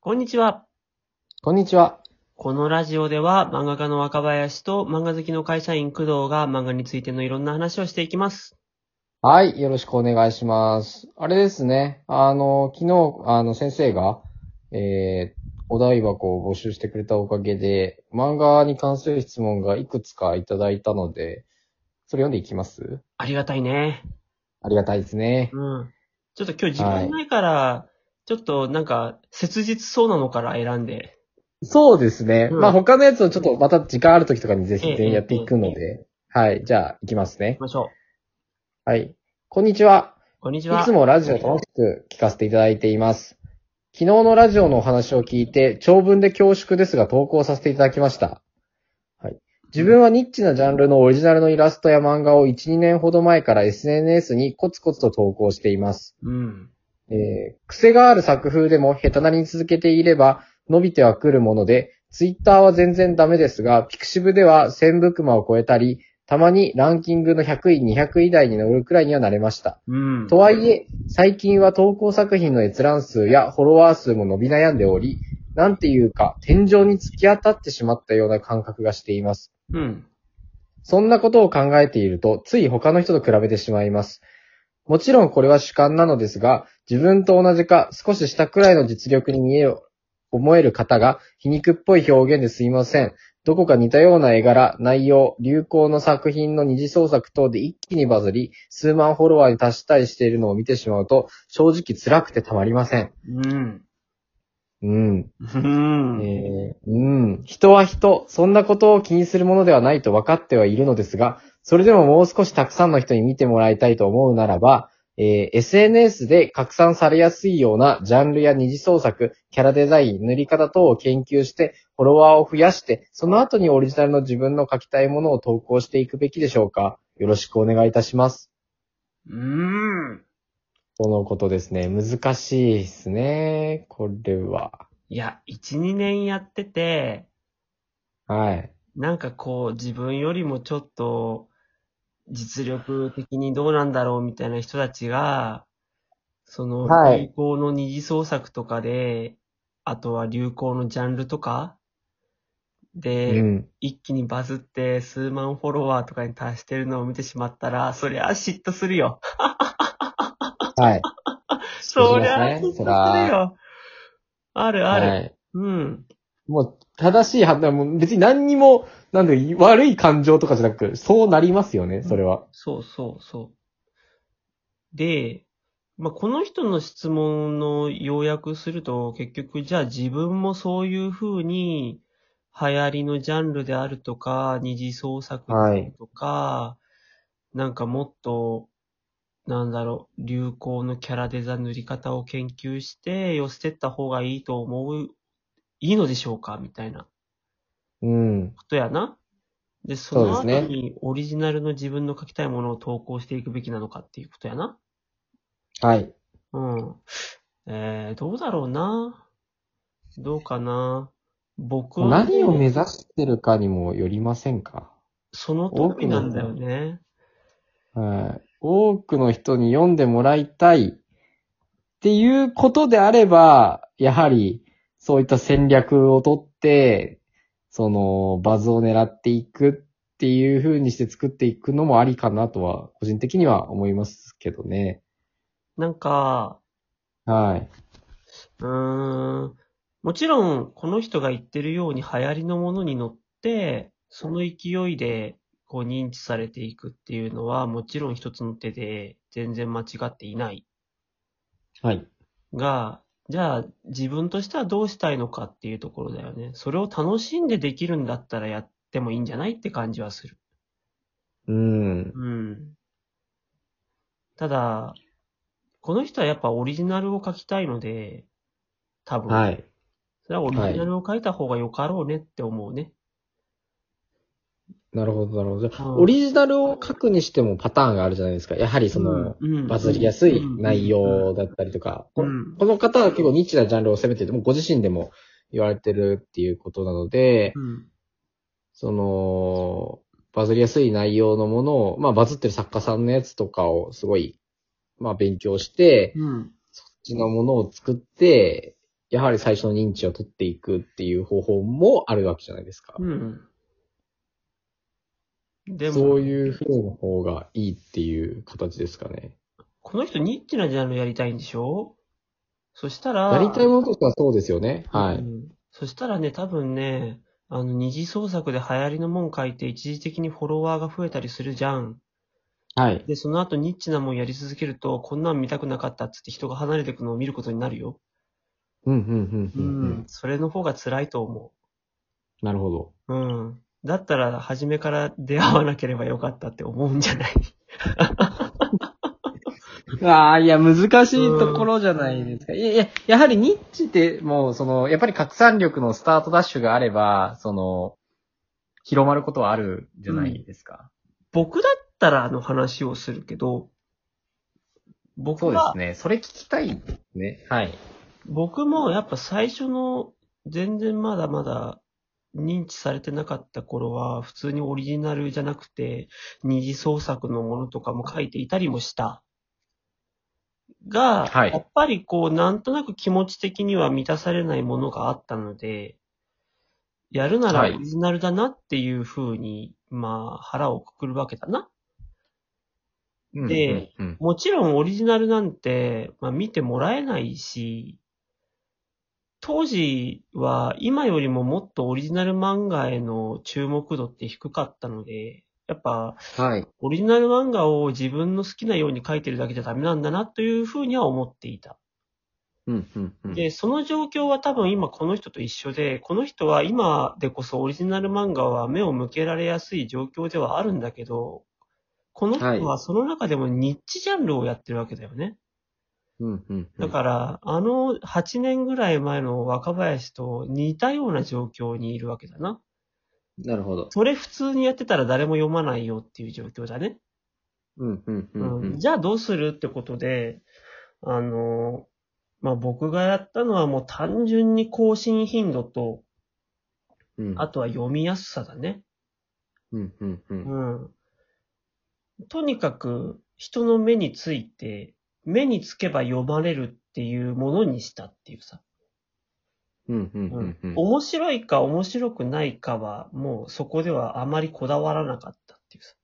こんにちは。こんにちは。このラジオでは漫画家の若林と漫画好きの会社員工藤が漫画についてのいろんな話をしていきます。はい、よろしくお願いします。あれですね、あの、昨日、あの、先生が、えー、お題箱を募集してくれたおかげで、漫画に関する質問がいくつかいただいたので、それ読んでいきますありがたいね。ありがたいですね。うん。ちょっと今日時間ないから、ちょっとなんか切実そうなのから選んで。そうですね。うんまあ、他のやつをちょっとまた時間ある時とかにぜええひ全員やっていくので、はい、じゃあ、いきますいきね。ましょはい。こんにちは。う。こんにちいは。つもラジオ楽しく聞かせていただいています。昨日のラジオのお話を聞いて、長文で恐縮ですが投稿させていただきました。はい、自分はニッチなジャンルのオリジナルのイラストや漫画を1、2年ほど前から SNS にコツコツと投稿しています。うん。えー癖がある作風でも下手なりに続けていれば伸びてはくるもので、ツイッターは全然ダメですが、ピクシブでは1000ブクマを超えたり、たまにランキングの100位、200位以内に乗るくらいにはなれました。うん。とはいえ、最近は投稿作品の閲覧数やフォロワー数も伸び悩んでおり、なんていうか、天井に突き当たってしまったような感覚がしています。うん。そんなことを考えていると、つい他の人と比べてしまいます。もちろんこれは主観なのですが、自分と同じか少し下くらいの実力に見えよ、思える方が皮肉っぽい表現ですいません。どこか似たような絵柄、内容、流行の作品の二次創作等で一気にバズり、数万フォロワーに達したりしているのを見てしまうと、正直辛くてたまりません。うん。うん。うん。えーうん。人は人、そんなことを気にするものではないと分かってはいるのですが、それでももう少したくさんの人に見てもらいたいと思うならば、えー SNS で拡散されやすいようなジャンルや二次創作、キャラデザイン、塗り方等を研究して、フォロワーを増やして、その後にオリジナルの自分の書きたいものを投稿していくべきでしょうかよろしくお願いいたします。うん。このことですね。難しいですね。これは。いや、1、2年やってて、はい。なんかこう、自分よりもちょっと、実力的にどうなんだろうみたいな人たちが、その、は流い行の二次創作とかで、あとは流行のジャンルとかうで、ん。一気にバズって数万フォロワーとかに達してるのを見てしまったら、そりゃ嫉妬するよ。はい。そりゃ嫉そ妬すらるよ。あるある。はい。うん。もう、正しい判断、もう別に何にも、なんだろう悪い感情とかじゃなく、そうなりますよね、それは。そうそうそう。で、まあ、この人の質問の要約すると、結局、じゃあ自分もそういう風に、流行りのジャンルであるとか、二次創作であるとか、なんかもっと、なんだろう、流行のキャラデザ塗り方を研究して、寄せてった方がいいと思う、いいのでしょうかみたいな。うん。ことやな。で、そそうでのすね後にオリジナルの自分の書きたいものを投稿していくべきなのかっていうことやな。はい。うん。えー、どうだろうな。どうかな。僕は何を目指してるかにもよりませんかその通りなんだよね。はい。多くの人に読んでもらいたいっていうことであれば、やはり、そういった戦略をとって、その、バズを狙っていくっていう風にして作っていくのもありかなとは、個人的には思いますけどね。なんか、はい。うーん。もちろん、この人が言ってるように流行りのものに乗って、その勢いで、こう認知されていくっていうのは、もちろん一つの手で全然間違っていない。はい。が、じゃあ自分としてはどうしたいのかっていうところだよね。それを楽しんでできるんだったらやってもいいんじゃないって感じはする。うん。うん。ただ、この人はやっぱオリジナルを書きたいので、多分。はい。それはオリジナルを書いた方がよかろうねって思うね。なるほど、なるほど。じゃあうんオリジナルを書くにしてもパターンがあるじゃないですか。やはりその、うんバズりやすい内。うん容だったりとか。うこんこの方は結構ニッチなジャンルを攻めてて、もうご自身でも言われてるっていうことなので、うんその、バズりやすい内容のものを、まあバズってる作家さんのやつとかをすごい、まあ勉強して、うん。そっちのものを作って、やはり最初の認知を取っていくっていう方法もあるわけじゃないですか。うん。でも、そういう風の方がいいっていう形ですかね。この人ニッチなジャンルやりたいんでしょそしたら、やりたいものとしてはそうですよね。うはい。んそしたらね、多分ね、あの、二次創作で流行りのもん書いて一時的にフォロワーが増えたりするじゃん。はい。で、その後ニッチなもんやり続けると、こんなん見たくなかったっつって人が離れていくのを見ることになるよ。うん、うん、うん、うん。うんそれの方が辛いと思なるほど。う。うん。だったら、初めから出会わなければよかったって思うんじゃないああ、いや、難しいいととこころじゃないですか。いやいや、やはりニッチって、もう、その、やっぱり拡散力のスタートダッシュがあれば、その、広まることはあるじゃないですか。僕だったらあの話をするけど、僕そうではすね。それ聞きたいですね。はい。僕もやっぱ最初の全然まだまだ認知されてなかった頃は普通にオリジナルじゃなくて二次創作のものとかも書いていたりもした。が、はいやっぱりこうなんとなく気持ち的には満たされないものがあったので、やるなはらいオリジナルだなっていう風に、まあ腹をくくるわけだな。で、うんうんもちろんオリジナルなんて、まあ、見てもらえないし、当時は今よりももっとオリジナル漫画への注目度って低かったので、やっぱはい。オリジナル漫画を自分の好きなように描いてるだけじゃダメなんだなというふうには思っていた。うん、うん、うん。で、その状況は多分今この人と一緒で、この人は今でこそオリジナル漫画は目を向けられやすい状況ではあるんだけど、この人はその中でもニッチジャンルをやってるわけだよね。うん、うん。だから、あの8年ぐらい前の若林と似たような状況にいるわけだな。なるほど。それ普通にやってたら誰も読まないよっていう状況だね。うん、うん、ううんんうん。じゃあどうするってことで、あの、まあ、僕がやったのはもう単純に更新頻度と、うん、あとは読みやすさだね。うん、うん、うん。うん。とにかく人の目について、目につけば読まれるっていうものにしたっていうさ。うん、うん、ううんん。うん面白いか面白くないかは、もうそこではあまりこだわらなかったっていうさ。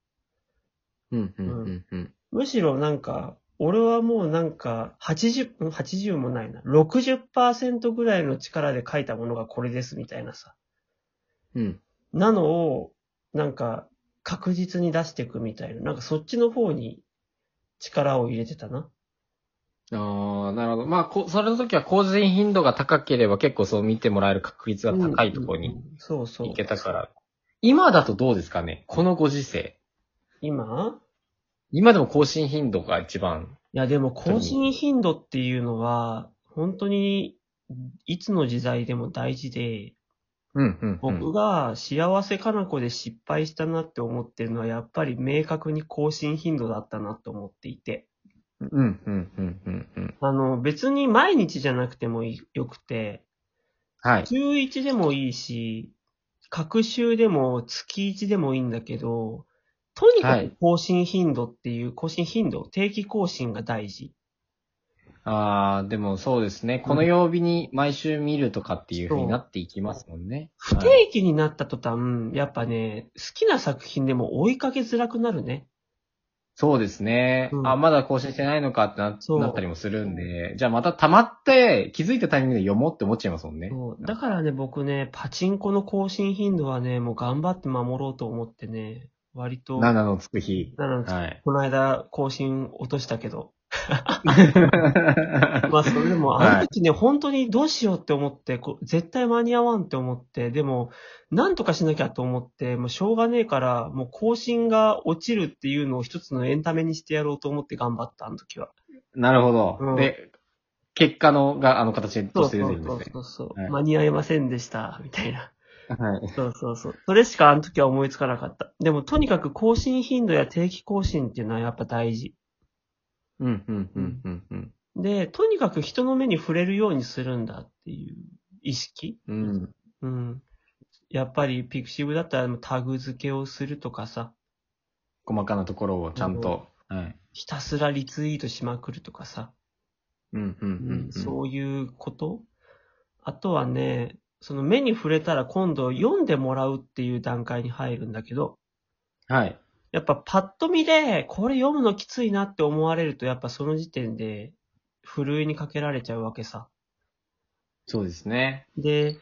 うん、うん、うん。むしろなんか、俺はもうなんか、80、ん80もないな。60%ぐらいの力で書いたものがこれですみたいなさ。うん。なのを、なんか、確実に出していくみたいな。なんかそっちの方に力を入れてたな。ああ、なるほど。まあ、こ、それの時は更新頻度が高ければ結構そう見てもらえる確率が高いところうんにうんうん。そうそう。行けたから。今だとどうですかねこのご時世。今今でも更新頻度が一番。いや、でも更新頻度っていうのは、本当に、いつの時代でも大事で、うん、うん、うん。僕が幸せかな子で失敗したなって思ってるのは、やっぱり明確に更新頻度だったなと思っていて、うん、うん、うん、うん、うん。あの、別に毎日じゃなくてもよくて、はい。週1でもいいし、各週でも月1でもいいんだけど、とにかはくい更新頻度っていう、更新頻度、定期更新が大事。ああ、でもそうですね。この曜日に毎週見るとかっていう風になっていきますもんね。不はい定期になった途端、やっぱね、好きな作品でも追いかけづらくなるね。そうですね。うんあ、まだ更新してないのかってなそうなったりもするんで、じゃあまた溜まって気づいたタイミングで読もうって思っちゃいますもんね。そうだからね、僕ね、パチンコの更新頻度はね、もう頑張って守ろうと思ってね、割と、 7のつく日。なのはい。この間更新落としたけど。まあそれでも、あの時ね、本当にどうしようって思って、こう絶対間に合わんって思って、でも、なんとかしなきゃと思って、もうしょうがねえから、もう更新が落ちるっていうのを一つのエンタメにしてやろうと思って頑張った、あの時は。なるほど。うんで、結果のが、あの形そとうしてそ出てうるんでそうすね。そうそう、はい間に合いませんでした、みたいな。はい。そうそうそう。それしかあの時は思いつかなかった。でもとにかく更新頻度や定期更新っていうのはやっぱ大事。うん、うん、うん、うん、うん。で、とにかく人の目に触れるようにするんだっていう意識。うん。うん。やっぱりピクシブだったらタグ付けをするとかさ、細かなところをちゃんと。はい。ひたすらリツイートしまくるとかさ、うん、うん、うん。そういうことあとはね、その目に触れたら今度読んでもらうっていう段階に入るんだけど、はい。やっぱパッと見で、これ読むのきついなって思われると、やっぱその時点で、ふるいにかけられちゃうわけさ。そうですね。で、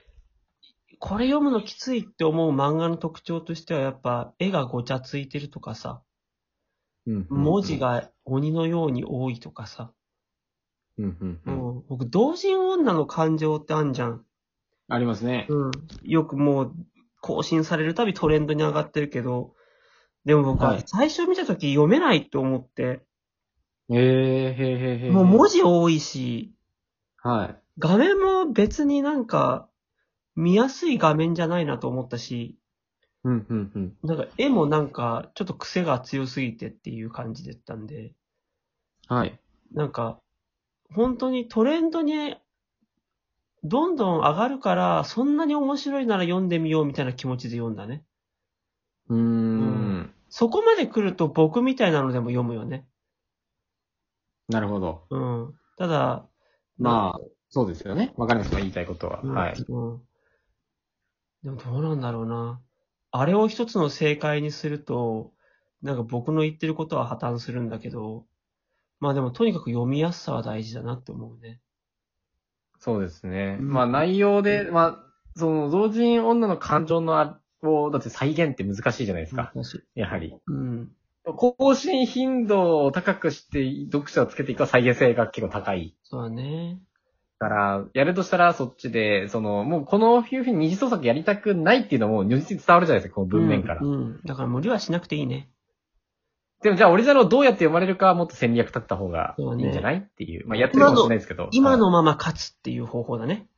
これ読むのきついって思う漫画の特徴としては、やっぱ絵がごちゃついてるとかさ、うん文字。が鬼のように多いとかさ、うんうんううん。ん、僕、同人女の感情ってあんじゃん。ありますね。うん、よくもう、更新されるたびトレンドに上がってるけど、でも僕ははい最初見た時読めないと思って、えー、へーへーへー。もう文字多いし、はい。画面も別になんか、見やすい画面じゃないなと思ったし、うんうんうん。なんか絵もなんか、ちょっと癖が強すぎてっていう感じだったんで、はい。なんか、本当にトレンドに、どんどん上がるから、そんなに面白いなら読んでみようみたいな気持ちで読んだね。うーん。そこまで来ると僕みたいなのでも読むよね。なるほど。うん。ただ、まあ、そうですよね。わかります。言いたいことは。うん、はい。うん。でもどうなんだろうな。あれを一つの正解にすると、なんか僕の言ってることは破綻するんだけど、まあでもとにかく読みやすさは大事だなって思うね。そうですね。うんまあ内容で、まあ、その、同人女の感情のあを、だって再現って難しいじゃないですか。難しいやはり。うん。更新頻度を高くして、読者をつけていくと再現性が結構高い。そうだね。だから、やるとしたらそっちで、その、もうこのふうに二次創作やりたくないっていうのも如実に伝わるじゃないですか、この文面から。うん。うんだから無理はしなくていいね。でもじゃあオリジナルをどうやって読まれるかはもっと戦略立った方がいいんじゃないっていう。まあやってるかもしれないですけど。今はいのまま勝つっていう方法だね。